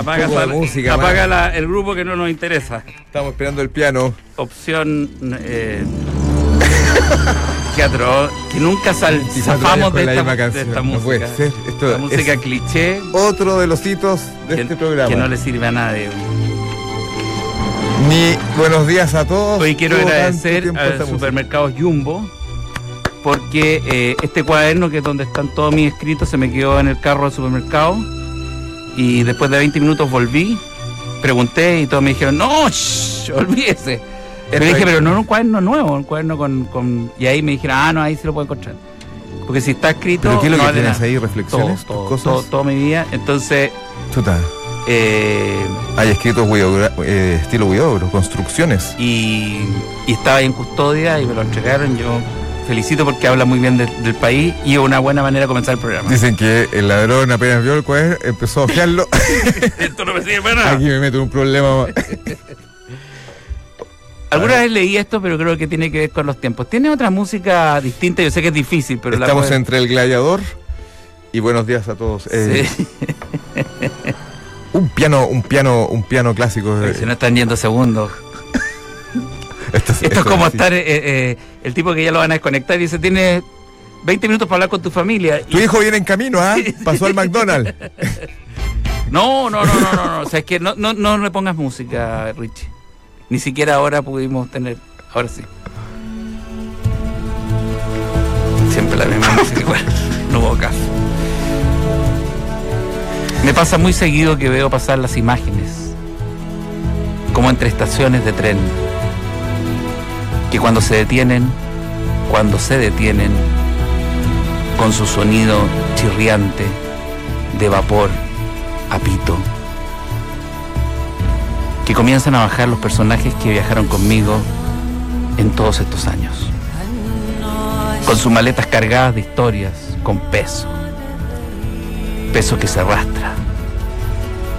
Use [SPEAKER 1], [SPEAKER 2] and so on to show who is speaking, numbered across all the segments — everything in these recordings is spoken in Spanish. [SPEAKER 1] apaga,
[SPEAKER 2] poco de
[SPEAKER 1] sal-
[SPEAKER 2] música,
[SPEAKER 1] apaga
[SPEAKER 2] mano.
[SPEAKER 1] la- el grupo que no nos interesa.
[SPEAKER 2] Estamos esperando el piano.
[SPEAKER 1] Opción. Eh, que, atro- que nunca sal,
[SPEAKER 2] 24 años
[SPEAKER 1] zafamos
[SPEAKER 2] con
[SPEAKER 1] de
[SPEAKER 2] la
[SPEAKER 1] esta,
[SPEAKER 2] misma
[SPEAKER 1] de
[SPEAKER 2] canción.
[SPEAKER 1] esta
[SPEAKER 2] No
[SPEAKER 1] música.
[SPEAKER 2] puede ser. Esto
[SPEAKER 1] Esta
[SPEAKER 2] es-
[SPEAKER 1] música cliché
[SPEAKER 2] Otro de los hitos de
[SPEAKER 1] que,
[SPEAKER 2] este programa.
[SPEAKER 1] que no le sirve a nadie.
[SPEAKER 2] Ni buenos días a todos.
[SPEAKER 1] Hoy quiero
[SPEAKER 2] Tuvo tanto
[SPEAKER 1] agradecer
[SPEAKER 2] tiempo
[SPEAKER 1] al
[SPEAKER 2] esta música.
[SPEAKER 1] supermercado Jumbo porque eh, este cuaderno, que es donde están todos mis escritos, se me quedó en el carro del supermercado y después de 20 minutos volví, pregunté y todos me dijeron, no, shh, olvídese. Pero
[SPEAKER 2] Esto
[SPEAKER 1] dije,
[SPEAKER 2] es-
[SPEAKER 1] pero no era un cuaderno nuevo, un cuaderno con, con-". Y ahí me dijeron, ah, no, ahí se lo puedo encontrar. Porque si está escrito...
[SPEAKER 2] ¿Pero qué es lo
[SPEAKER 1] no
[SPEAKER 2] que
[SPEAKER 1] vale
[SPEAKER 2] tienes
[SPEAKER 1] nada.
[SPEAKER 2] ahí?
[SPEAKER 1] Todo,
[SPEAKER 2] ¿Reflexiones?
[SPEAKER 1] todo,
[SPEAKER 2] ¿Cosas?
[SPEAKER 1] todo, toda mi vida. Entonces,
[SPEAKER 2] Chuta.
[SPEAKER 1] eh,
[SPEAKER 2] Hay escritos huidobra- eh, estilo Huidobro, construcciones.
[SPEAKER 1] y, y estaba ahí en custodia y me lo entregaron. Yo felicito porque habla muy bien de- del país y es una buena manera de comenzar el programa.
[SPEAKER 2] Dicen que el ladrón apenas vio el cuaderno, empezó a ojearlo.
[SPEAKER 1] Esto no me sirve para nada.
[SPEAKER 2] Aquí me meto en un problema.
[SPEAKER 1] Alguna vez leí esto, pero creo que tiene que ver con los tiempos. Tiene otra música distinta, yo sé que es difícil, pero la
[SPEAKER 2] Estamos
[SPEAKER 1] puede-
[SPEAKER 2] entre el gladiador y buenos días a todos. Eh,
[SPEAKER 1] Sí.
[SPEAKER 2] Un piano, un piano, un piano clásico. eh,
[SPEAKER 1] Se nos están yendo segundos.
[SPEAKER 2] esto,
[SPEAKER 1] Esto es como
[SPEAKER 2] así.
[SPEAKER 1] estar eh, eh, el tipo que ya lo van a desconectar y dice, tienes 20 minutos para hablar con tu familia. Y-
[SPEAKER 2] Tu hijo viene en camino, ¿ah? Pasó al McDonald's.
[SPEAKER 1] No, no, no, no, no, no. O sea, es que no, no, no le pongas música, Richie. Ni siquiera ahora pudimos tener. Ahora sí. Siempre la misma música igual. No hubo caso. Me pasa muy seguido que veo pasar las imágenes. Como entre estaciones de tren. Que cuando se detienen, cuando se detienen, con su sonido chirriante de vapor Apito. Que comienzan a bajar los personajes que viajaron conmigo en todos estos años. Con sus maletas cargadas de historias, con peso. Peso que se arrastra.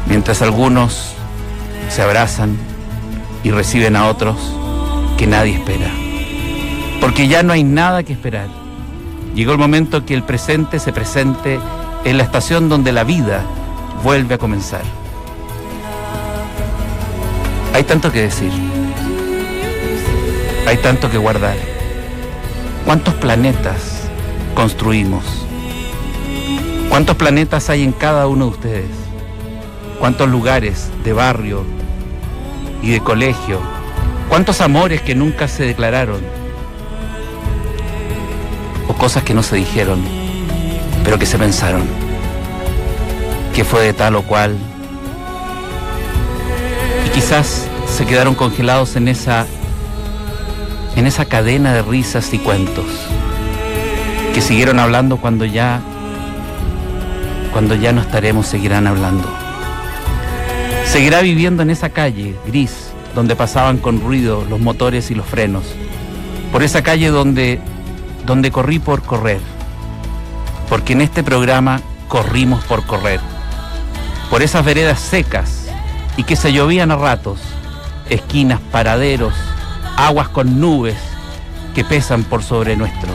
[SPEAKER 1] Mientras algunos se abrazan y reciben a otros que nadie espera. Porque ya no hay nada que esperar. Llegó el momento que el presente se presente en la estación donde la vida vuelve a comenzar. Hay tanto que decir. Hay tanto que guardar. ¿Cuántos planetas construimos? ¿Cuántos planetas hay en cada uno de ustedes? ¿Cuántos lugares de barrio y de colegio? ¿Cuántos amores que nunca se declararon? ¿O cosas que no se dijeron, pero que se pensaron? que fue de tal o cual. Y quizás se quedaron congelados en esa en esa cadena de risas y cuentos que siguieron hablando cuando ya cuando ya no estaremos seguirán hablando. Seguirá viviendo en esa calle gris donde pasaban con ruido los motores y los frenos. Por esa calle donde donde corrí por correr. Porque en este programa corrimos por correr por esas veredas secas y que se llovían a ratos, esquinas, paraderos, aguas con nubes que pesan por sobre nuestro.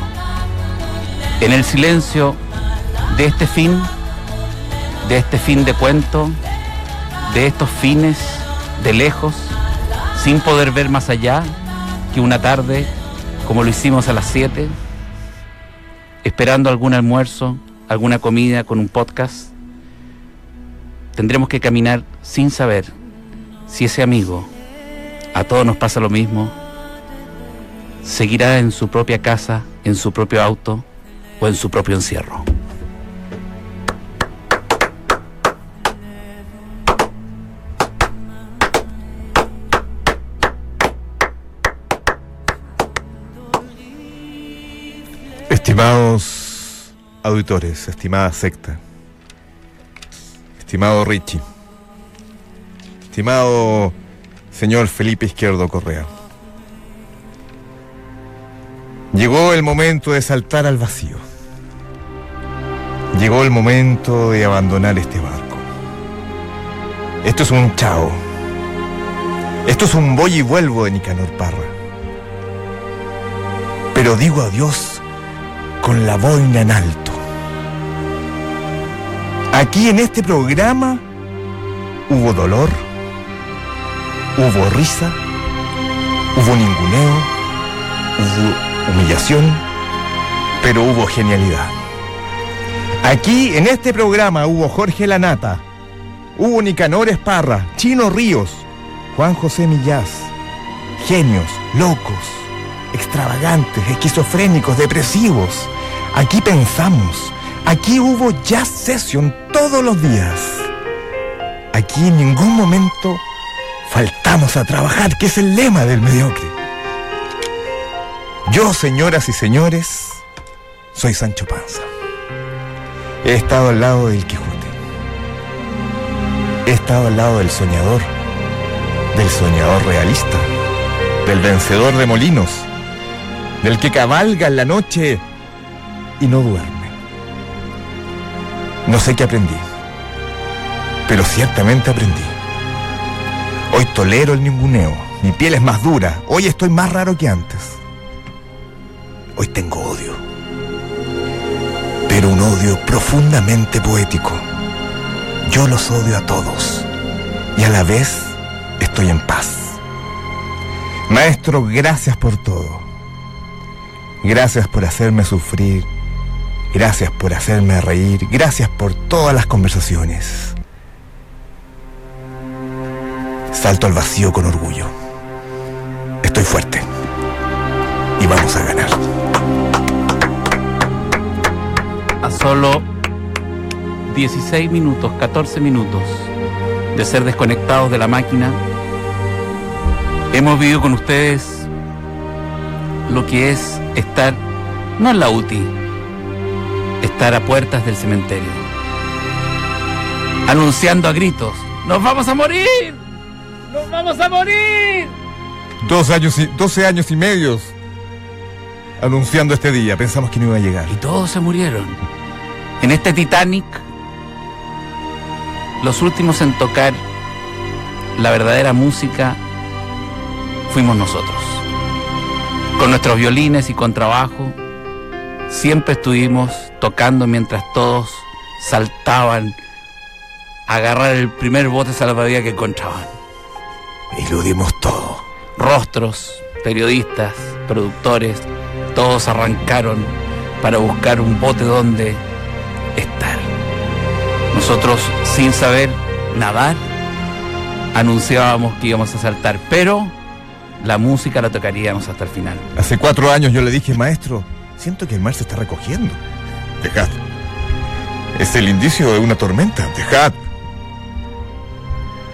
[SPEAKER 1] En el silencio de este fin, de este fin de cuento, de estos fines de lejos, sin poder ver más allá que una tarde como lo hicimos a las 7, esperando algún almuerzo, alguna comida con un podcast tendremos que caminar sin saber si ese amigo, a todos nos pasa lo mismo, seguirá en su propia casa, en su propio auto o en su propio encierro.
[SPEAKER 2] Estimados auditores, estimada secta, estimado Richie, estimado señor Felipe Izquierdo Correa, llegó el momento de saltar al vacío. Llegó el momento de abandonar este barco. Esto es un chao. Esto es un voy y vuelvo de Nicanor Parra. Pero digo adiós con la boina en alto. Aquí en este programa Hubo dolor, hubo risa, hubo ninguneo, hubo humillación, pero hubo genialidad. Aquí, en este programa, hubo Jorge Lanata, hubo Nicanor Esparra, Chino Ríos, Juan José Millás, genios, locos, extravagantes, esquizofrénicos, depresivos. Aquí pensamos, aquí hubo jazz session todos los días. Aquí en ningún momento faltamos a trabajar, que es el lema del mediocre. Yo, señoras y señores, soy Sancho Panza. He estado al lado del Quijote. He estado al lado del soñador, del soñador realista, del vencedor de molinos, del que cabalga en la noche y no duerme. No sé qué aprendí, pero ciertamente aprendí. Hoy tolero el ninguneo, mi piel es más dura, hoy estoy más raro que antes. Hoy tengo odio, pero un odio profundamente poético. Yo los odio a todos y a la vez estoy en paz. Maestro, gracias por todo. Gracias por hacerme sufrir. Gracias por hacerme reír. Gracias por todas las conversaciones. Salto al vacío con orgullo. Estoy fuerte. Y vamos a ganar.
[SPEAKER 1] A solo 16 minutos, 14 minutos de ser desconectados de la máquina, hemos vivido con ustedes lo que es estar, no en la UTI, estar a puertas del cementerio, anunciando a gritos, ¡nos vamos a morir! ¡Nos vamos a morir!
[SPEAKER 2] Dos años y, 12 años y medios anunciando este día. Pensamos que no iba a llegar.
[SPEAKER 1] Y todos se murieron. En este Titanic, los últimos en tocar la verdadera música fuimos nosotros. Con nuestros violines y con trabajo, siempre estuvimos tocando mientras todos saltaban a agarrar el primer bote salvavidas que encontraban.
[SPEAKER 2] Y lo dimos todo.
[SPEAKER 1] Rostros, periodistas, productores, todos arrancaron para buscar un bote donde estar. Nosotros, sin saber nadar, anunciábamos que íbamos a saltar, pero la música la tocaríamos hasta el final.
[SPEAKER 2] Hace cuatro años yo le dije, maestro, siento que el mar se está recogiendo. Dejad. Es el indicio de una tormenta. Dejad.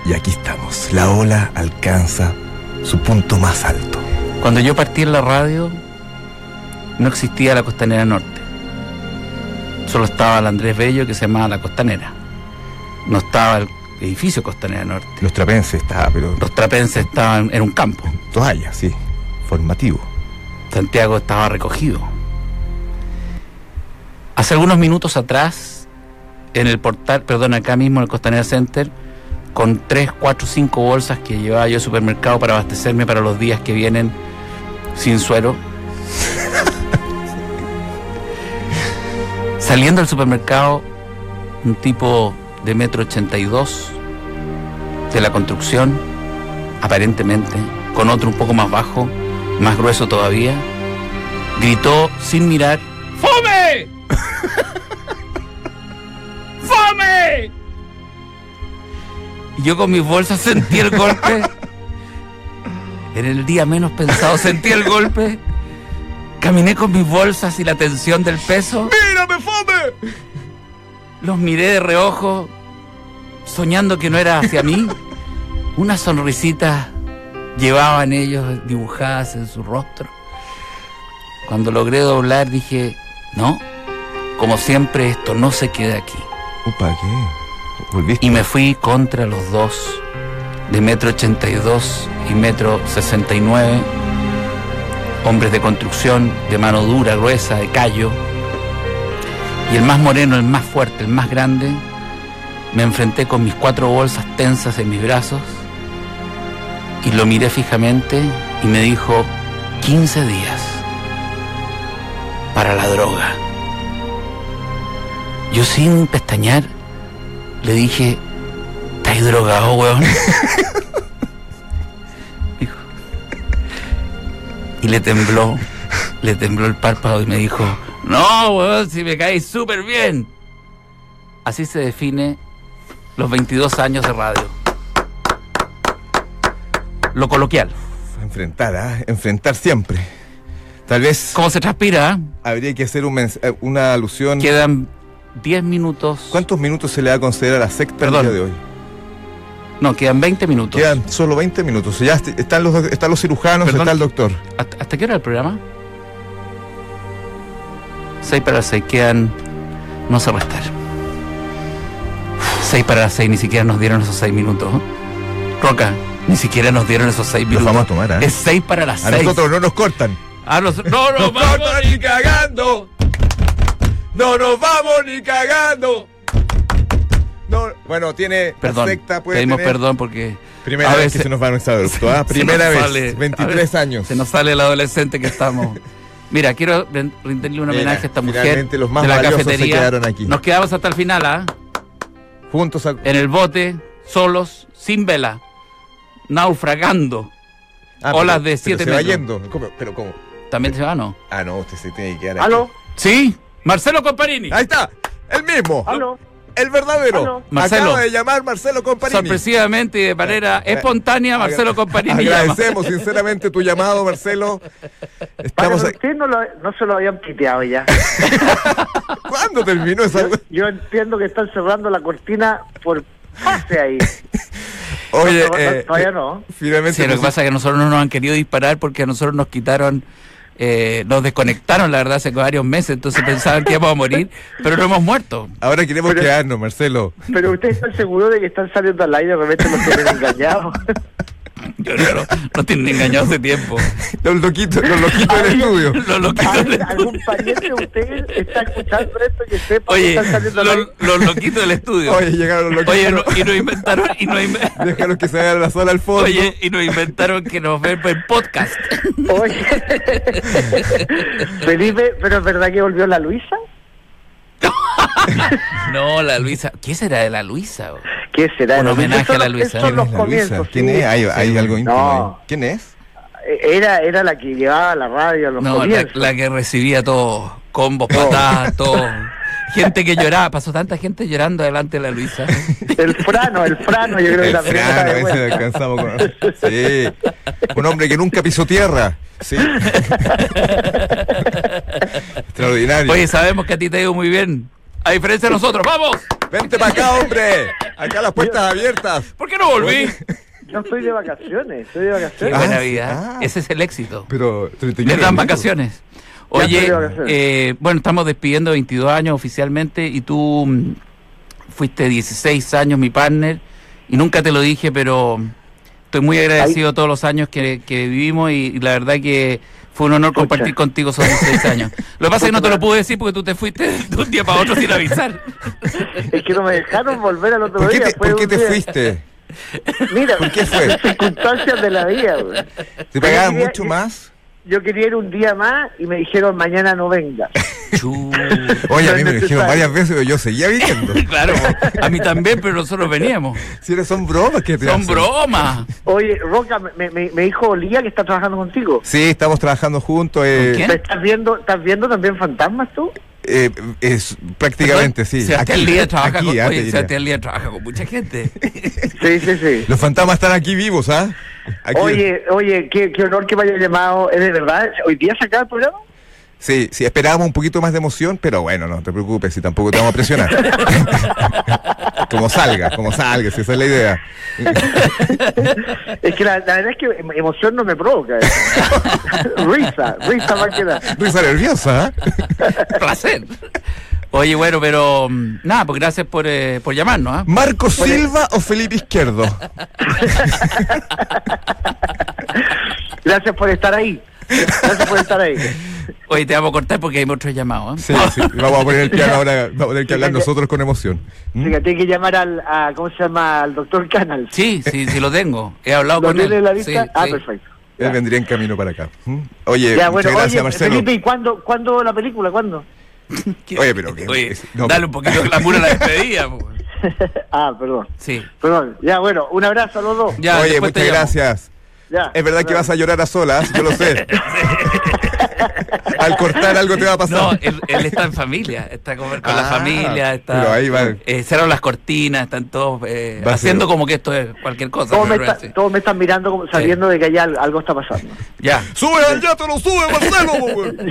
[SPEAKER 2] Y aquí estamos. La ola alcanza su punto más alto.
[SPEAKER 1] Cuando yo partí en la radio, no existía la Costanera Norte. Solo estaba el Andrés Bello que se llamaba La Costanera. No estaba el edificio Costanera Norte.
[SPEAKER 2] Los trapenses estaba, pero.
[SPEAKER 1] Los trapenses estaban en un campo.
[SPEAKER 2] Toalla, sí. Formativo.
[SPEAKER 1] Santiago estaba recogido. Hace algunos minutos atrás, en el portal, perdón, acá mismo en el Costanera Center, con 3, 4, 5 bolsas que llevaba yo al supermercado para abastecerme para los días que vienen sin suero. Saliendo del supermercado, un tipo de metro 82 de la construcción, aparentemente, con otro un poco más bajo, más grueso todavía, gritó sin mirar, ¡Fome! ¡Fome! Y yo con mis bolsas sentí el golpe. En el día menos pensado sentí el golpe. Caminé con mis bolsas y la tensión del peso.
[SPEAKER 2] ¡Mírame, fome!
[SPEAKER 1] Los miré de reojo, soñando que no era hacia mí. Una sonrisita llevaban ellos dibujadas en su rostro. Cuando logré doblar dije, no, como siempre esto no se queda aquí.
[SPEAKER 2] Opa, ¿qué? ¿Volviste?
[SPEAKER 1] Y me fui contra los dos, de metro 82 y metro 69, hombres de construcción, de mano dura, gruesa, de callo. Y el más moreno, el más fuerte, el más grande, me enfrenté con mis cuatro bolsas tensas en mis brazos y lo miré fijamente y me dijo 15 días para la droga. Yo sin pestañear le dije, ¿estás estáis drogado, weón. Dijo. Y le tembló, le tembló el párpado y me dijo, no, weón, si me caes súper bien. Así se define los 22 años de radio. Lo coloquial.
[SPEAKER 2] Enfrentar, ¿ah? enfrentar siempre. Tal vez
[SPEAKER 1] ¿Cómo se transpira? ah?
[SPEAKER 2] habría que hacer un mens- eh, una alusión.
[SPEAKER 1] Quedan 10 minutos.
[SPEAKER 2] ¿Cuántos minutos se le va a conceder a la secta el
[SPEAKER 1] Perdón.
[SPEAKER 2] día de hoy?
[SPEAKER 1] No, quedan 20 minutos.
[SPEAKER 2] Quedan solo 20 minutos. Ya est- están los, doc- están los cirujanos,
[SPEAKER 1] Perdón.
[SPEAKER 2] está el doctor.
[SPEAKER 1] ¿Hasta, hasta qué hora el programa? 6 para las 6, quedan. No sé restar. 6 para las 6, ni siquiera nos dieron esos 6 minutos. ¿eh? Roca, ni siquiera nos dieron esos 6
[SPEAKER 2] Los
[SPEAKER 1] minutos.
[SPEAKER 2] vamos a tomar, ¿ah?
[SPEAKER 1] Es 6 para las
[SPEAKER 2] A
[SPEAKER 1] 6.
[SPEAKER 2] nosotros no nos cortan.
[SPEAKER 1] A nosotros. No, no,
[SPEAKER 2] nos
[SPEAKER 1] vamos.
[SPEAKER 2] cortan ni cagando. No nos vamos ni cagando. No, bueno, tiene
[SPEAKER 1] Perdón,
[SPEAKER 2] la secta, puede
[SPEAKER 1] pedimos
[SPEAKER 2] tener-
[SPEAKER 1] perdón porque
[SPEAKER 2] Primera
[SPEAKER 1] A
[SPEAKER 2] vez
[SPEAKER 1] veces-
[SPEAKER 2] que se nos va un exabrupto, ¿ah?
[SPEAKER 1] se
[SPEAKER 2] Primera
[SPEAKER 1] nos
[SPEAKER 2] vez,
[SPEAKER 1] sale- a
[SPEAKER 2] 23
[SPEAKER 1] veces
[SPEAKER 2] años.
[SPEAKER 1] se nos sale el adolescente que estamos. Mira, quiero ren- rendirle un
[SPEAKER 2] Mira,
[SPEAKER 1] homenaje a esta mujer
[SPEAKER 2] finalmente los más
[SPEAKER 1] de la
[SPEAKER 2] valiosos se
[SPEAKER 1] cafetería.
[SPEAKER 2] quedaron aquí.
[SPEAKER 1] Nos quedamos hasta el final, ¿ah?
[SPEAKER 2] Juntos a- ah,
[SPEAKER 1] en el bote, solos, sin vela, naufragando.
[SPEAKER 2] Ah,
[SPEAKER 1] Olas
[SPEAKER 2] pero-
[SPEAKER 1] de siete
[SPEAKER 2] pero se va
[SPEAKER 1] metros.
[SPEAKER 2] yendo. ¿Cómo? Pero ¿cómo?
[SPEAKER 1] También se va, ¿no?
[SPEAKER 2] Ah, no, usted se tiene que quedar aquí.
[SPEAKER 3] Aló,
[SPEAKER 1] Sí, Marcelo Comparini.
[SPEAKER 2] Ahí está, el mismo,
[SPEAKER 3] aló.
[SPEAKER 2] el verdadero.
[SPEAKER 3] Aló.
[SPEAKER 1] Marcelo.
[SPEAKER 2] Acaba de llamar Marcelo Comparini.
[SPEAKER 1] Sorpresivamente y de manera
[SPEAKER 2] Eh, eh,
[SPEAKER 1] espontánea, Marcelo
[SPEAKER 2] Agra-
[SPEAKER 1] Comparini llama.
[SPEAKER 2] Agradecemos sinceramente tu llamado, Marcelo. Estamos
[SPEAKER 3] Padre, usted no, lo- no se lo habían piteado ya.
[SPEAKER 2] ¿Cuándo terminó esa?
[SPEAKER 3] Yo, yo entiendo que están cerrando la cortina por pase ahí.
[SPEAKER 2] Oye,
[SPEAKER 3] No, no,
[SPEAKER 2] eh,
[SPEAKER 3] todavía no.
[SPEAKER 2] Finalmente
[SPEAKER 1] Sí, lo que
[SPEAKER 2] pusimos-
[SPEAKER 1] pasa es que a nosotros no nos han querido disparar porque a nosotros nos quitaron, eh, nos desconectaron, la verdad, hace varios meses, entonces pensaban que íbamos a morir, pero no hemos muerto.
[SPEAKER 2] ahora queremos
[SPEAKER 3] Pero-
[SPEAKER 2] quedarnos, Marcelo.
[SPEAKER 3] Pero usted está seguro de que están saliendo al aire de repente los tienen engañados.
[SPEAKER 1] Yo no, no, no tienen engañado hace tiempo.
[SPEAKER 2] Los loquitos, los loquitos del estudio.
[SPEAKER 1] Los loquitos
[SPEAKER 3] ¿Alguien-
[SPEAKER 1] del
[SPEAKER 3] ¿Algún
[SPEAKER 1] estudio.
[SPEAKER 3] pariente de usted está escuchando esto que sepa que
[SPEAKER 1] Oye,
[SPEAKER 3] están saliendo al aire?
[SPEAKER 1] los, los loquitos del estudio.
[SPEAKER 2] Oye, llegaron los
[SPEAKER 1] Oye,
[SPEAKER 2] loquitos.
[SPEAKER 1] no- y nos inventaron, y nos inven-
[SPEAKER 2] Déjalos que se hagan la sola al fondo.
[SPEAKER 1] Oye, y nos inventaron que nos ven por podcast.
[SPEAKER 3] Oye. Felipe, ¿pero es verdad que volvió la Luisa?
[SPEAKER 1] No, la Luisa. ¿Qué será de la Luisa? bro?
[SPEAKER 3] ¿Qué será?
[SPEAKER 1] Un
[SPEAKER 3] Esos
[SPEAKER 1] homenaje
[SPEAKER 3] son
[SPEAKER 1] a la
[SPEAKER 3] los-
[SPEAKER 1] Luisa.
[SPEAKER 3] esos
[SPEAKER 1] ¿Quién
[SPEAKER 3] son los
[SPEAKER 2] es la Luisa?
[SPEAKER 3] comienzos.
[SPEAKER 2] ¿Quién
[SPEAKER 3] sí.
[SPEAKER 2] es? Hay, hay algo íntimo
[SPEAKER 3] No. e-,
[SPEAKER 2] ahí. ¿Quién es?
[SPEAKER 3] Era, era la que llevaba la radio a los
[SPEAKER 1] No, la,
[SPEAKER 3] comienzos.
[SPEAKER 1] la que recibía todo, combos, patadas, todo. Gente que lloraba, pasó tanta gente llorando delante de la Luisa.
[SPEAKER 3] El frano, el frano, yo creo que
[SPEAKER 2] El
[SPEAKER 3] también está
[SPEAKER 2] Fran, a
[SPEAKER 3] de
[SPEAKER 2] veces
[SPEAKER 3] vuelta.
[SPEAKER 2] alcanzamos con... Sí. Un hombre que nunca pisó tierra. Sí. Extraordinario.
[SPEAKER 1] Oye, sabemos que a ti te ha ido muy bien. A diferencia de nosotros, ¡vamos!
[SPEAKER 2] Vente para acá, hombre. Acá las puertas abiertas.
[SPEAKER 1] ¿Por qué no volví?
[SPEAKER 3] Yo estoy de vacaciones, estoy de
[SPEAKER 1] Qué
[SPEAKER 3] vacaciones.
[SPEAKER 1] buena
[SPEAKER 2] sí,
[SPEAKER 1] vida.
[SPEAKER 2] ah.
[SPEAKER 1] Ese es el éxito.
[SPEAKER 2] Pero
[SPEAKER 1] Me dan vacaciones. Oye,
[SPEAKER 3] estoy de vacaciones.
[SPEAKER 1] eh, bueno, estamos despidiendo 22 años oficialmente y tú mm, fuiste 16 años mi partner y nunca te lo dije, pero estoy muy agradecido todos los años que, que vivimos y, y la verdad que fue un honor
[SPEAKER 3] Pucha.
[SPEAKER 1] compartir contigo esos 16 años. Lo que pasa es que no te lo pude decir porque tú te fuiste de un día para otro sin avisar.
[SPEAKER 3] Es que no me dejaron volver al otro
[SPEAKER 2] ¿Por qué
[SPEAKER 3] día.
[SPEAKER 2] te,
[SPEAKER 3] fue
[SPEAKER 2] por qué
[SPEAKER 3] un
[SPEAKER 2] te
[SPEAKER 3] día-
[SPEAKER 2] fuiste?
[SPEAKER 3] Mira,
[SPEAKER 2] ¿Por qué fue?
[SPEAKER 3] circunstancias de la vida. güey.
[SPEAKER 2] ¿Te pagaban
[SPEAKER 3] quería-
[SPEAKER 2] mucho más?
[SPEAKER 3] Yo quería ir un día más y me dijeron mañana no vengas.
[SPEAKER 1] Chu.
[SPEAKER 2] Oye, a
[SPEAKER 3] no
[SPEAKER 2] mí
[SPEAKER 3] es
[SPEAKER 2] me lo dijeron
[SPEAKER 3] necesario.
[SPEAKER 2] varias veces, pero yo seguía viniendo.
[SPEAKER 1] Claro, a mí también, pero nosotros veníamos.
[SPEAKER 2] Si eres son bromas que te
[SPEAKER 1] Son
[SPEAKER 2] hacen.
[SPEAKER 1] bromas.
[SPEAKER 3] Oye, Roca, me, me, me dijo Olía que está trabajando contigo.
[SPEAKER 2] Sí, estamos trabajando juntos. eh,
[SPEAKER 1] ¿Con quién?
[SPEAKER 3] ¿Me estás viendo, estás viendo también fantasmas tú?
[SPEAKER 2] eh, es- prácticamente, sí.
[SPEAKER 1] Sebastián Lía trabaja
[SPEAKER 2] aquí,
[SPEAKER 1] con,
[SPEAKER 2] ah, te
[SPEAKER 1] oye,
[SPEAKER 2] diría.
[SPEAKER 1] Sebastián Lía trabaja con mucha gente.
[SPEAKER 3] Sí, sí, sí.
[SPEAKER 2] Los fantasmas están aquí vivos, ¿ah? Aquí-
[SPEAKER 3] Oye, oye, qué, qué honor que me haya llamado. ¿Es de verdad? ¿Hoy día se acaba el programa?
[SPEAKER 2] Sí, sí, esperábamos un poquito más de emoción, pero bueno, no te preocupes, si tampoco te vamos a presionar. como salga, como salga, si esa es la idea.
[SPEAKER 3] Es que la, la verdad es que em- emoción no me provoca. risa, risa más que nada.
[SPEAKER 2] Risa nerviosa, ¿ah?
[SPEAKER 1] placer. Oye, bueno, pero mm, nada, pues gracias por, eh, por llamarnos. ¿ah?
[SPEAKER 2] ¿Marco Silva o Felipe Izquierdo?
[SPEAKER 3] Gracias por estar ahí. Gracias por estar ahí.
[SPEAKER 1] Oye, te vamos a cortar porque hay otros llamados. ¿ah?
[SPEAKER 2] Sí, sí, vamos a poner el piano ahora, vamos a tener que hablar nosotros con emoción. ¿Mm?
[SPEAKER 3] Fíjate, hay que llamar al, a, ¿cómo se llama? Al doctor Canal.
[SPEAKER 1] Sí, sí, sí, lo tengo. He hablado
[SPEAKER 3] ¿Lo
[SPEAKER 1] con él.
[SPEAKER 3] tiene en la
[SPEAKER 1] Sí,
[SPEAKER 3] lista? ah,
[SPEAKER 1] sí.
[SPEAKER 3] perfecto.
[SPEAKER 2] Él vendría en camino para acá. ¿Mm? Oye,
[SPEAKER 3] Ya, bueno,
[SPEAKER 2] muchas gracias,
[SPEAKER 3] oye,
[SPEAKER 2] Marcelo.
[SPEAKER 3] Felipe, ¿y cuándo, cuándo la película? ¿Cuándo?
[SPEAKER 1] ¿Qué-
[SPEAKER 2] Oye, pero que-
[SPEAKER 1] Oye,
[SPEAKER 2] no,
[SPEAKER 1] dale
[SPEAKER 2] pero-
[SPEAKER 1] un poquito de glamour a la despedida. po.
[SPEAKER 3] ah, perdón.
[SPEAKER 1] Sí.
[SPEAKER 3] Perdón. Ya, bueno, un abrazo a los dos.
[SPEAKER 1] Ya,
[SPEAKER 2] Oye,
[SPEAKER 1] después te
[SPEAKER 2] muchas
[SPEAKER 1] llamo.
[SPEAKER 2] gracias.
[SPEAKER 3] Ya.
[SPEAKER 2] Es verdad que vas a llorar a solas, yo lo sé. Al cortar algo te va a
[SPEAKER 1] No,
[SPEAKER 2] pasar.
[SPEAKER 1] él, él está en familia, está con, con la
[SPEAKER 2] Ah,
[SPEAKER 1] familia, está.
[SPEAKER 2] pero ahí va.
[SPEAKER 1] eh, cerraron las cortinas, están todos eh,
[SPEAKER 2] Va a ser-
[SPEAKER 1] haciendo como que esto es cualquier cosa.
[SPEAKER 3] Todos me,
[SPEAKER 1] pero
[SPEAKER 3] está-
[SPEAKER 1] sí.
[SPEAKER 3] todos me están mirando como sabiendo de que allá al- algo está pasando.
[SPEAKER 1] Ya.
[SPEAKER 2] ¡Sube al yato, lo sube, Marcelo! po, weón!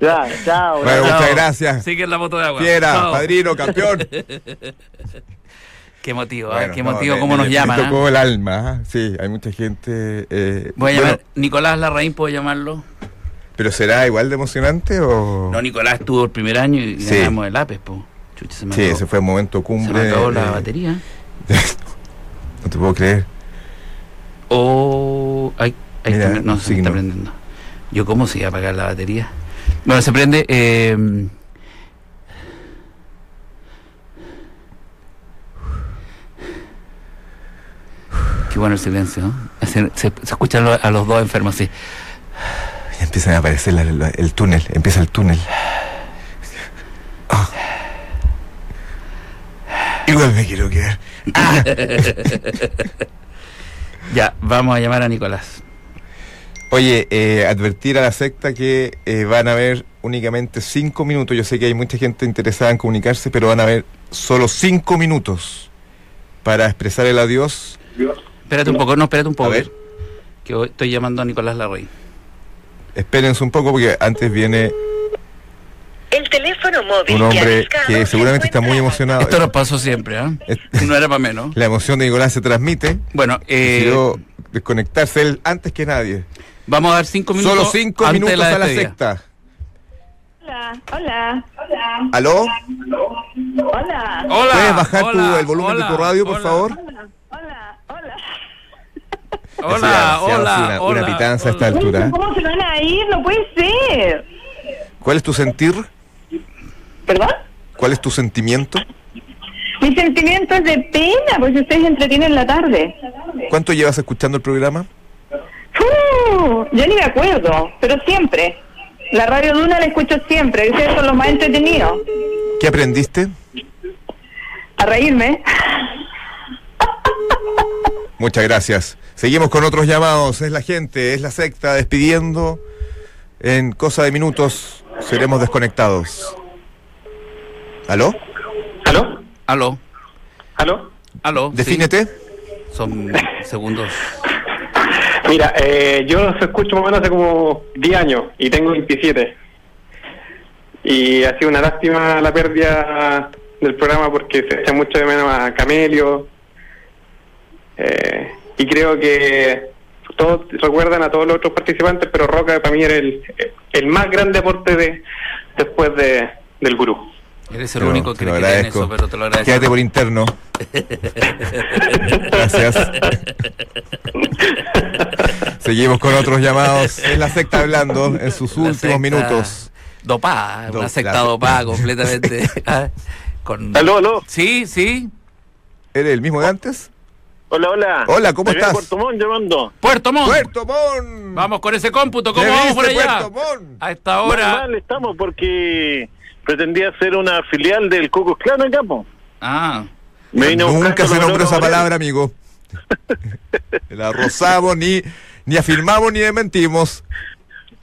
[SPEAKER 3] ya, chao.
[SPEAKER 2] Bueno,
[SPEAKER 3] gracias.
[SPEAKER 2] muchas
[SPEAKER 1] Chao.
[SPEAKER 2] gracias.
[SPEAKER 1] Sigue en la moto de agua.
[SPEAKER 2] Fiera,
[SPEAKER 1] Chao.
[SPEAKER 2] padrino, campeón.
[SPEAKER 1] Qué motivo, ah,
[SPEAKER 2] Bueno,
[SPEAKER 1] qué
[SPEAKER 2] no,
[SPEAKER 1] motivo,
[SPEAKER 2] me-
[SPEAKER 1] cómo
[SPEAKER 2] me-
[SPEAKER 1] nos
[SPEAKER 2] me
[SPEAKER 1] llaman. ah.
[SPEAKER 2] tocó el alma, ¿ah? sí, hay mucha gente. eh,
[SPEAKER 1] Voy a
[SPEAKER 2] bueno,
[SPEAKER 1] llamar. Nicolás Larraín, ¿puedo llamarlo?
[SPEAKER 2] pero será igual de emocionante o.
[SPEAKER 1] No, Nicolás estuvo el primer año y
[SPEAKER 2] Oh. Sí.
[SPEAKER 1] ganamos el APES, po. Chucha, se me
[SPEAKER 2] sí,
[SPEAKER 1] acabó,
[SPEAKER 2] ese fue el momento
[SPEAKER 1] se
[SPEAKER 2] cumbre.
[SPEAKER 1] me acabó
[SPEAKER 2] eh,
[SPEAKER 1] la batería.
[SPEAKER 2] no te puedo creer.
[SPEAKER 1] O. Oh, Ay, ahí
[SPEAKER 2] Mira,
[SPEAKER 1] está, no, se me está
[SPEAKER 2] signo.
[SPEAKER 1] prendiendo. Yo, ¿cómo se iba a apagar la batería? Bueno, se prende. eh, Qué bueno el silencio. ¿no? Se, se- se escucha a lo- a los dos enfermos así.
[SPEAKER 2] Ya empiezan a aparecer la- la- el túnel, empieza el túnel. Ah. Igual me quiero quedar.
[SPEAKER 1] Ya, vamos a llamar a Nicolás.
[SPEAKER 2] Oye, eh, advertir a la secta que eh, van a haber únicamente cinco minutos. Yo sé que hay mucha gente interesada en comunicarse, pero van a haber solo cinco minutos para expresar el adiós.
[SPEAKER 1] Espérate un poco, no, espérate un poco.
[SPEAKER 2] A ver.
[SPEAKER 1] Que hoy estoy llamando a Nicolás Larraín.
[SPEAKER 2] Espérense un poco porque antes viene
[SPEAKER 4] El teléfono móvil
[SPEAKER 2] un
[SPEAKER 4] que
[SPEAKER 2] hombre
[SPEAKER 4] ha
[SPEAKER 2] que
[SPEAKER 4] buscado
[SPEAKER 2] seguramente
[SPEAKER 4] se
[SPEAKER 2] está muy
[SPEAKER 4] encuentra-
[SPEAKER 2] emocionado.
[SPEAKER 1] Esto nos pasó siempre, ¿ah?
[SPEAKER 2] Es-
[SPEAKER 1] No era para menos.
[SPEAKER 2] La emoción de Nicolás se transmite.
[SPEAKER 1] Bueno, eh,
[SPEAKER 2] Decidió desconectarse él antes que nadie.
[SPEAKER 1] vamos a dar cinco minutos.
[SPEAKER 2] Solo cinco
[SPEAKER 1] antes de
[SPEAKER 2] minutos a la
[SPEAKER 1] despedida.
[SPEAKER 2] secta.
[SPEAKER 5] Hola, hola, hola,
[SPEAKER 2] ¿Aló?
[SPEAKER 5] hola, hola,
[SPEAKER 1] Hola.
[SPEAKER 2] ¿Puedes bajar tu-
[SPEAKER 1] hola,
[SPEAKER 2] el volumen
[SPEAKER 1] hola,
[SPEAKER 2] de tu radio, por
[SPEAKER 1] hola,
[SPEAKER 2] favor?
[SPEAKER 5] hola, hola.
[SPEAKER 1] Hola,
[SPEAKER 2] Hacía- hacía
[SPEAKER 1] hola,
[SPEAKER 2] una- una,
[SPEAKER 1] hola,
[SPEAKER 2] pitanza a esta
[SPEAKER 1] hola.
[SPEAKER 2] altura.
[SPEAKER 5] ¿Cómo se van a ir? No puede ser.
[SPEAKER 2] ¿Cuál es tu sentir?
[SPEAKER 5] ¿Perdón?
[SPEAKER 2] ¿Cuál es tu sentimiento?
[SPEAKER 5] Mis sentimientos de pena, porque ustedes entretienen la tarde.
[SPEAKER 2] ¿Cuánto llevas escuchando el programa?
[SPEAKER 5] Uh, yo ni me acuerdo, pero siempre. La radio Luna la escucho siempre, ustedes son los más entretenidos.
[SPEAKER 2] ¿Qué aprendiste?
[SPEAKER 5] A reírme.
[SPEAKER 2] Muchas gracias. Seguimos con otros llamados. Es la gente, es la secta despidiendo. En cosa de minutos seremos desconectados. ¿Aló?
[SPEAKER 3] ¿Aló?
[SPEAKER 1] Aló,
[SPEAKER 3] ¿Aló?
[SPEAKER 1] aló. sí.
[SPEAKER 2] Defínete.
[SPEAKER 1] Son segundos.
[SPEAKER 6] Mira, eh, yo los escucho más o menos hace como 10 años y tengo 27. Y ha sido una lástima la pérdida del programa porque se echa mucho de menos a Camelio. Eh, y creo que todos recuerdan a todos los otros participantes, pero Roca para mí era el, el más grande aporte de, después de, del gurú.
[SPEAKER 1] Eres
[SPEAKER 2] Te
[SPEAKER 1] el
[SPEAKER 2] lo-
[SPEAKER 1] único que
[SPEAKER 2] te lo
[SPEAKER 1] cree que tiene
[SPEAKER 2] agradezco.
[SPEAKER 1] eso, pero te lo agradezco.
[SPEAKER 2] Quédate por interno. Gracias. Seguimos con otros llamados. Es la secta hablando en sus
[SPEAKER 1] La
[SPEAKER 2] últimos
[SPEAKER 1] secta
[SPEAKER 2] minutos.
[SPEAKER 1] Dopada,
[SPEAKER 2] Do-
[SPEAKER 1] una secta
[SPEAKER 2] la-
[SPEAKER 1] dopada completamente. ah, con...
[SPEAKER 6] Aló, aló.
[SPEAKER 1] Sí, sí.
[SPEAKER 2] ¿Eres el mismo de antes?
[SPEAKER 6] Hola, hola.
[SPEAKER 2] Hola, ¿cómo
[SPEAKER 6] Javier
[SPEAKER 2] estás?
[SPEAKER 6] Puerto Montt llamando.
[SPEAKER 1] Puerto Montt.
[SPEAKER 2] Puerto Montt.
[SPEAKER 1] Vamos con ese cómputo, ¿cómo
[SPEAKER 2] ¿Qué pues,
[SPEAKER 1] vamos por
[SPEAKER 2] dice
[SPEAKER 1] allá?
[SPEAKER 2] Puerto Montt?
[SPEAKER 1] A esta hora.
[SPEAKER 6] mal estamos porque pretendía ser una filial del Cucus Clan en campo.
[SPEAKER 1] Ah,
[SPEAKER 6] Me vine a buscar
[SPEAKER 2] Nunca
[SPEAKER 6] con
[SPEAKER 2] se
[SPEAKER 6] los
[SPEAKER 2] nombró esa
[SPEAKER 6] olores.
[SPEAKER 2] palabra, amigo. La rozamos, ni, ni afirmamos ni desmentimos.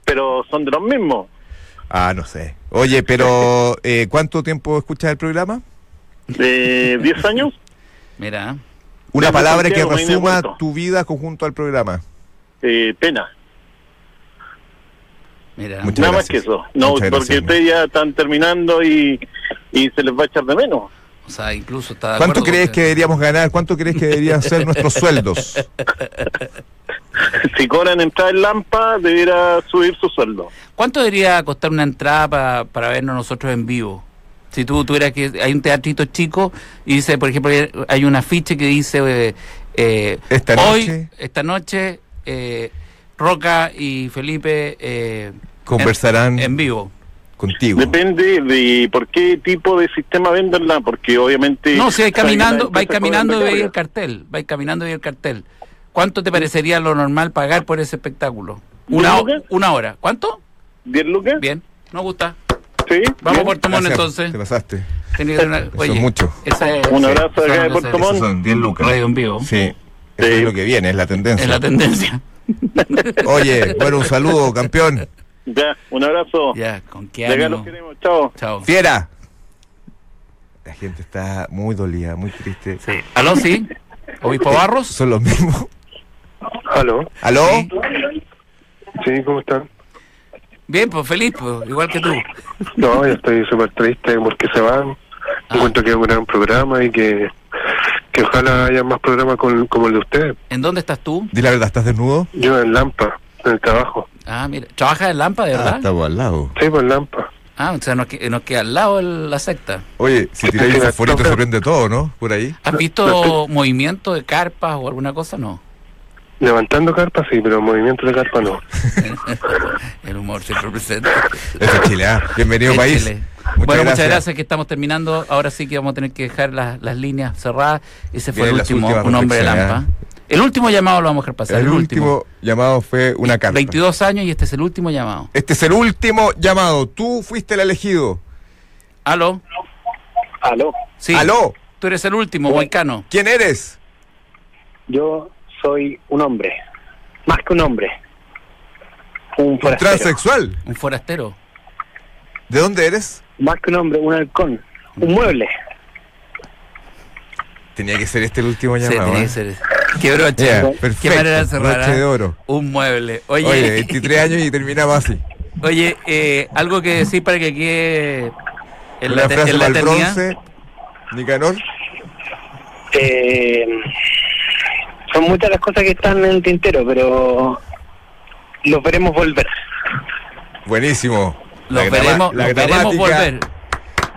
[SPEAKER 6] Pero son de los mismos.
[SPEAKER 2] Ah, no sé. Oye, pero eh, ¿cuánto tiempo escuchas el programa?
[SPEAKER 6] De 10 años.
[SPEAKER 1] mira.
[SPEAKER 2] Una
[SPEAKER 6] Desde
[SPEAKER 2] palabra que
[SPEAKER 6] Santiago, ahí de
[SPEAKER 2] resuma
[SPEAKER 6] Puerto.
[SPEAKER 2] tu vida conjunto al programa.
[SPEAKER 6] Eh, pena.
[SPEAKER 1] Mira,
[SPEAKER 2] Muchas
[SPEAKER 6] Nada más que
[SPEAKER 2] gracias.
[SPEAKER 6] eso. No,
[SPEAKER 2] Muchas
[SPEAKER 6] porque
[SPEAKER 2] gracias,
[SPEAKER 6] ustedes ya están terminando y, y se les va a echar de menos.
[SPEAKER 1] o sea, incluso está. de
[SPEAKER 2] ¿Cuánto
[SPEAKER 1] acuerdo
[SPEAKER 2] crees
[SPEAKER 1] con-
[SPEAKER 2] que deberíamos ganar? ¿Cuánto crees que deberían ser nuestros sueldos?
[SPEAKER 6] Si cobran entrada en Lampa, debiera subir su sueldo.
[SPEAKER 1] ¿Cuánto debería costar una entrada pa- para vernos nosotros en vivo? Si tú tuvieras que. Hay un teatrito chico y dice, por ejemplo, hay un afiche que dice. eh, eh,
[SPEAKER 2] Esta
[SPEAKER 1] hoy,
[SPEAKER 2] noche.
[SPEAKER 1] Esta noche, eh, Roca y Felipe. eh,
[SPEAKER 2] Conversarán
[SPEAKER 1] En, en vivo.
[SPEAKER 2] contigo.
[SPEAKER 6] Depende de por qué tipo de sistema vendenla, porque obviamente...
[SPEAKER 1] no, si vais
[SPEAKER 6] saben que las
[SPEAKER 1] caminando, vais
[SPEAKER 6] empresas cobran
[SPEAKER 1] caminando y
[SPEAKER 6] recarga.
[SPEAKER 1] veis el cartel. Vais caminando y veis el cartel. ¿Cuánto te parecería lo normal pagar por ese espectáculo? Una,
[SPEAKER 6] ¿Diez
[SPEAKER 1] ho-
[SPEAKER 6] lucas?
[SPEAKER 1] una hora. ¿Cuánto?
[SPEAKER 6] ¿Diez lucas?
[SPEAKER 1] Bien, nos gusta.
[SPEAKER 6] Sí.
[SPEAKER 1] Vamos
[SPEAKER 6] bien.
[SPEAKER 1] por Puerto Montt,
[SPEAKER 2] Gracias,
[SPEAKER 1] entonces.
[SPEAKER 2] Te pasaste.
[SPEAKER 1] Tenía que tener una-
[SPEAKER 2] Eso es mucho.
[SPEAKER 1] esa es-
[SPEAKER 7] Un
[SPEAKER 1] sí,
[SPEAKER 7] abrazo de acá de
[SPEAKER 1] son
[SPEAKER 7] Puerto
[SPEAKER 1] esas-
[SPEAKER 2] Esos
[SPEAKER 7] Montt.
[SPEAKER 2] son 10 lucas.
[SPEAKER 1] Radio en vivo.
[SPEAKER 2] Sí, eso
[SPEAKER 7] Sí.
[SPEAKER 2] es lo que viene, es la tendencia.
[SPEAKER 1] Es la tendencia.
[SPEAKER 2] Oye, bueno, un saludo, campeón.
[SPEAKER 7] Ya, un abrazo.
[SPEAKER 1] Ya, con qué
[SPEAKER 7] De acá los
[SPEAKER 1] ánimo.
[SPEAKER 7] queremos. Chao.
[SPEAKER 1] Chao.
[SPEAKER 2] Fiera. La gente está muy dolida, muy triste.
[SPEAKER 1] Sí. ¿Aló, sí? ¿Obispo Barros?
[SPEAKER 2] Son los mismos.
[SPEAKER 6] ¿Aló?
[SPEAKER 2] ¿Aló?
[SPEAKER 1] Sí.
[SPEAKER 6] Sí, ¿cómo están?
[SPEAKER 1] Bien, pues feliz, pues, igual que tú.
[SPEAKER 6] No, yo estoy súper triste porque se van.
[SPEAKER 1] Ah.
[SPEAKER 6] Encuentro que es un gran programa y que, que ojalá haya más programas con- como el de ustedes.
[SPEAKER 1] ¿En dónde estás tú?
[SPEAKER 2] Di la verdad, ¿estás desnudo?
[SPEAKER 6] Yo en Lampa, en el trabajo.
[SPEAKER 1] Ah, mira. ¿Trabajas en Lampa, de
[SPEAKER 2] Ah,
[SPEAKER 1] verdad?
[SPEAKER 2] estamos al lado.
[SPEAKER 6] Sí, pues en Lampa.
[SPEAKER 1] Ah, o sea, nos, que- nos queda al lado el- la secta.
[SPEAKER 2] Oye, si tiráis el fosforito se prende todo, ¿no? eh, Por ahí.
[SPEAKER 1] ¿Has visto movimiento de carpas o alguna cosa? No.
[SPEAKER 6] Levantando carpa sí, pero movimiento de carpa no.
[SPEAKER 1] El humor siempre presente.
[SPEAKER 2] Eso es Chile, ah. Bienvenido,
[SPEAKER 1] En
[SPEAKER 2] país.
[SPEAKER 1] Chile.
[SPEAKER 2] Muchas
[SPEAKER 1] bueno, muchas
[SPEAKER 2] gracias.
[SPEAKER 1] gracias que estamos terminando. Ahora sí que vamos a tener que dejar las, las líneas cerradas. Ese fue
[SPEAKER 2] Bien,
[SPEAKER 1] el
[SPEAKER 2] las
[SPEAKER 1] último,
[SPEAKER 2] últimas
[SPEAKER 1] un hombre de
[SPEAKER 2] reflexiones, ¿eh?
[SPEAKER 1] Lampa. El último llamado lo vamos a dejar pasar.
[SPEAKER 2] El último llamado fue una carta.
[SPEAKER 1] 22 años y este es el último llamado.
[SPEAKER 2] Este es el último llamado. Tú fuiste el elegido.
[SPEAKER 1] ¿Aló?
[SPEAKER 8] Aló,
[SPEAKER 1] Sí.
[SPEAKER 2] ¿Aló?
[SPEAKER 1] Tú eres el último, Moicano.
[SPEAKER 2] ¿Quién eres?
[SPEAKER 8] yo soy un hombre, más que un hombre, un
[SPEAKER 2] Un
[SPEAKER 8] forastero,
[SPEAKER 2] transexual.
[SPEAKER 1] Un forastero.
[SPEAKER 2] ¿De dónde eres?
[SPEAKER 8] más que un hombre, un halcón, un mueble.
[SPEAKER 2] Tenía que ser este el último
[SPEAKER 1] Sí,
[SPEAKER 2] llamado.
[SPEAKER 1] tiene
[SPEAKER 2] ¿eh?
[SPEAKER 1] que ser ese. Qué broche.
[SPEAKER 2] Yeah,
[SPEAKER 1] Qué
[SPEAKER 2] perfecto.
[SPEAKER 1] manera de cerrar.
[SPEAKER 2] Broche
[SPEAKER 1] ¿ah?
[SPEAKER 2] de oro.
[SPEAKER 1] Un mueble. Oye,
[SPEAKER 2] Oye, 23 años y terminaba así.
[SPEAKER 1] oye, eh, algo que decir para que quede en
[SPEAKER 2] Una
[SPEAKER 1] la, te-
[SPEAKER 2] frase
[SPEAKER 1] en la
[SPEAKER 2] para el
[SPEAKER 1] eternidad.
[SPEAKER 2] bronce. Nicanor.
[SPEAKER 8] Eh, son muchas las cosas que están en el tintero, pero los veremos volver.
[SPEAKER 2] Buenísimo.
[SPEAKER 1] Los
[SPEAKER 2] grama-
[SPEAKER 1] veremos,
[SPEAKER 2] la
[SPEAKER 1] los veremos
[SPEAKER 2] gramática
[SPEAKER 1] volver.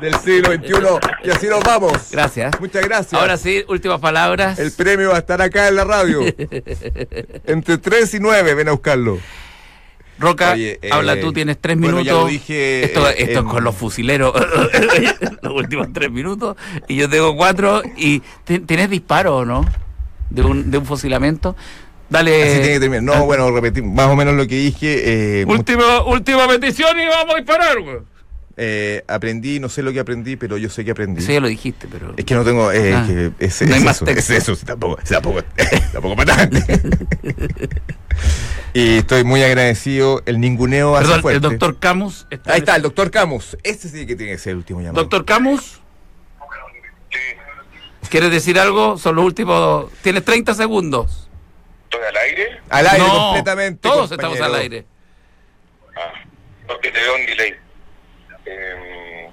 [SPEAKER 2] Del siglo XXI. Y así nos vamos.
[SPEAKER 1] Gracias.
[SPEAKER 2] Muchas gracias.
[SPEAKER 1] Ahora sí, últimas palabras.
[SPEAKER 2] El premio va a estar acá en la radio. Entre 3 y 9, ven a buscarlo.
[SPEAKER 1] Roca,
[SPEAKER 2] Oye, eh,
[SPEAKER 1] habla tú, tienes tres
[SPEAKER 2] bueno,
[SPEAKER 1] minutos.
[SPEAKER 2] ya lo dije,
[SPEAKER 1] esto
[SPEAKER 2] eh,
[SPEAKER 1] esto
[SPEAKER 2] en-
[SPEAKER 1] es con los fusileros, los últimos tres minutos. Y yo tengo cuatro. Y te- ¿Tienes disparo o no? De un, de un fusilamiento. Dale. Ah,
[SPEAKER 2] Así tiene que terminar. No, bueno, repetir más o menos lo que dije. eh,
[SPEAKER 1] última, última petición y vamos a disparar, güey.
[SPEAKER 2] eh, aprendí, no sé lo que aprendí, pero yo sé que aprendí.
[SPEAKER 1] Sí, ya lo dijiste, pero.
[SPEAKER 2] Es que no tengo. eh,
[SPEAKER 1] Ah,
[SPEAKER 2] que es,
[SPEAKER 1] no
[SPEAKER 2] es
[SPEAKER 1] hay más
[SPEAKER 2] eso, es
[SPEAKER 1] texto.
[SPEAKER 2] eso, sí, tampoco, sí, tampoco, tampoco para tanto. y estoy muy agradecido. El ninguneo hace
[SPEAKER 1] Perdón,
[SPEAKER 2] fuerte.
[SPEAKER 1] el doctor Camus.
[SPEAKER 2] Ahí está, el doctor Camus. Este sí que tiene que ser el último llamado.
[SPEAKER 1] Doctor Camus. ¿Quieres decir algo? Son los últimos. Tienes 30 segundos.
[SPEAKER 9] ¿Estoy al aire?
[SPEAKER 2] Al aire
[SPEAKER 1] No,
[SPEAKER 2] completamente.
[SPEAKER 1] Todos
[SPEAKER 2] compañero.
[SPEAKER 1] estamos al aire.
[SPEAKER 9] Ah, porque te veo un delay. Eh,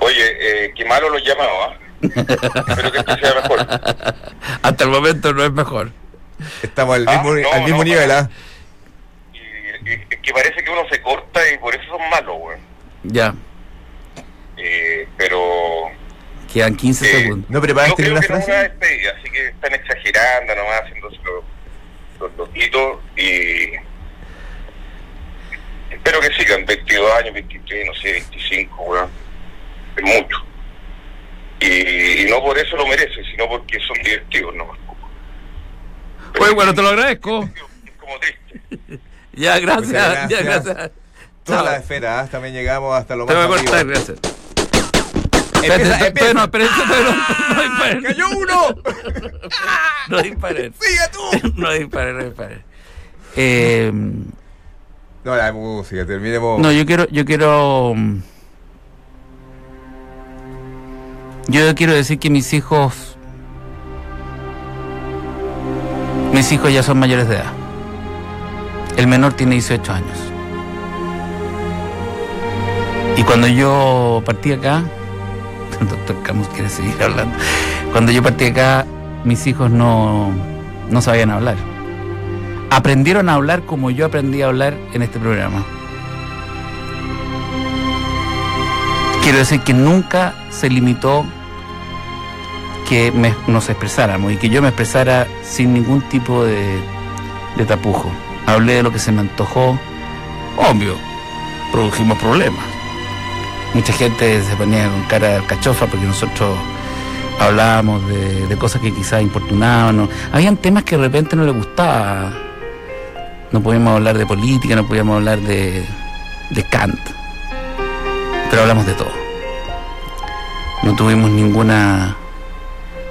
[SPEAKER 9] oye, eh, qué malo los llamados, ¿ah? Espero que esto sea mejor.
[SPEAKER 1] Hasta el momento no es mejor.
[SPEAKER 2] Estamos al
[SPEAKER 9] Ah,
[SPEAKER 2] mismo,
[SPEAKER 9] no,
[SPEAKER 2] al mismo
[SPEAKER 9] no,
[SPEAKER 2] nivel,
[SPEAKER 9] para-
[SPEAKER 2] ¿ah?
[SPEAKER 9] Y, y- es que parece que uno se corta y por eso son malos, güey.
[SPEAKER 1] Ya.
[SPEAKER 9] Eh, pero
[SPEAKER 1] Quedan 15
[SPEAKER 9] Eh,
[SPEAKER 1] segundos.
[SPEAKER 2] ¿No preparaste
[SPEAKER 9] yo creo
[SPEAKER 2] ninguna
[SPEAKER 9] que no es una
[SPEAKER 2] frase?
[SPEAKER 9] despedida, así que están exagerando nomás, haciéndose los, los loquitos y espero que sigan 22 años, 23, no sé, 25, weón. Es mucho. Y, y no por eso lo merecen, sino porque son divertidos nomás.
[SPEAKER 1] Oye, bueno, te lo agradezco.
[SPEAKER 9] Es como triste.
[SPEAKER 1] Ya, gracias.
[SPEAKER 2] Muchas
[SPEAKER 1] Ya,
[SPEAKER 2] gracias.
[SPEAKER 1] gracias.
[SPEAKER 2] Toda
[SPEAKER 1] Chao.
[SPEAKER 2] la esfera, ¿ah? también llegamos hasta lo
[SPEAKER 1] Te
[SPEAKER 2] más.
[SPEAKER 1] voy a
[SPEAKER 2] arriba.
[SPEAKER 1] cortar, gracias. Espérate,
[SPEAKER 2] Empieza, empieza. Ah,
[SPEAKER 1] espérate, no, espérate, no, no disparen.
[SPEAKER 2] ¡Cayó uno!
[SPEAKER 1] No disparen.
[SPEAKER 2] ¡Sigue tú!
[SPEAKER 1] No disparen, no disparen. Eh,
[SPEAKER 2] No, la música, terminemos.
[SPEAKER 1] no, yo quiero, yo quiero. mm, Yo quiero decir que mis hijos. Mis hijos ya son mayores de edad. El menor tiene 18 años. Y cuando yo partí acá, el doctor Camus quiere seguir hablando. Cuando yo partí acá, mis hijos no, no sabían hablar. Aprendieron a hablar como yo aprendí a hablar en este programa. Quiero decir que nunca se limitó que me- nos expresáramos y que yo me expresara sin ningún tipo de, de tapujo. Hablé de lo que se me antojó. Obvio, produjimos problemas. Mucha gente se ponía con cara de cachofa porque nosotros hablábamos de, de cosas que quizás importunaban. o- Habían temas que de repente no le gustaba. No podíamos hablar de política, no podíamos hablar de, de Kant, pero hablamos de todo. no tuvimos ninguna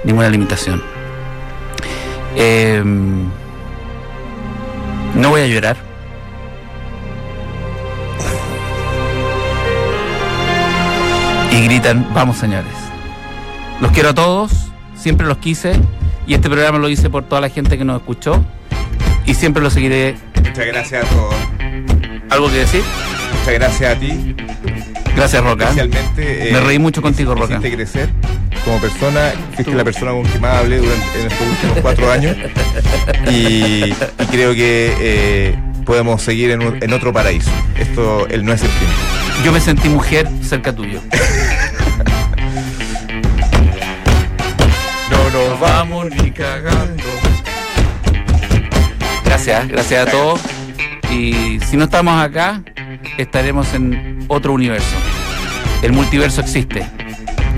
[SPEAKER 1] ninguna limitación. Eh, no voy a llorar. Y gritan, vamos señores. Los quiero a todos, siempre los quise y este programa lo hice por toda la gente que nos escuchó y siempre lo seguiré.
[SPEAKER 2] Muchas gracias a todos.
[SPEAKER 1] ¿Algo que decir?
[SPEAKER 2] Muchas gracias a ti.
[SPEAKER 1] Gracias Roca.
[SPEAKER 2] Especialmente. eh,
[SPEAKER 1] Me reí mucho contigo, Roca.
[SPEAKER 2] hiciste crecer como persona, fuiste la persona con quien más hablé durante en estos últimos cuatro años. Y, y creo que eh, podemos seguir en, un- en otro paraíso. Esto él no es el fin.
[SPEAKER 1] Yo me sentí mujer cerca tuyo.
[SPEAKER 2] No nos vamos ni cagando.
[SPEAKER 1] Gracias, gracias a todos. Y si no estamos acá, estaremos en otro universo. El multiverso existe.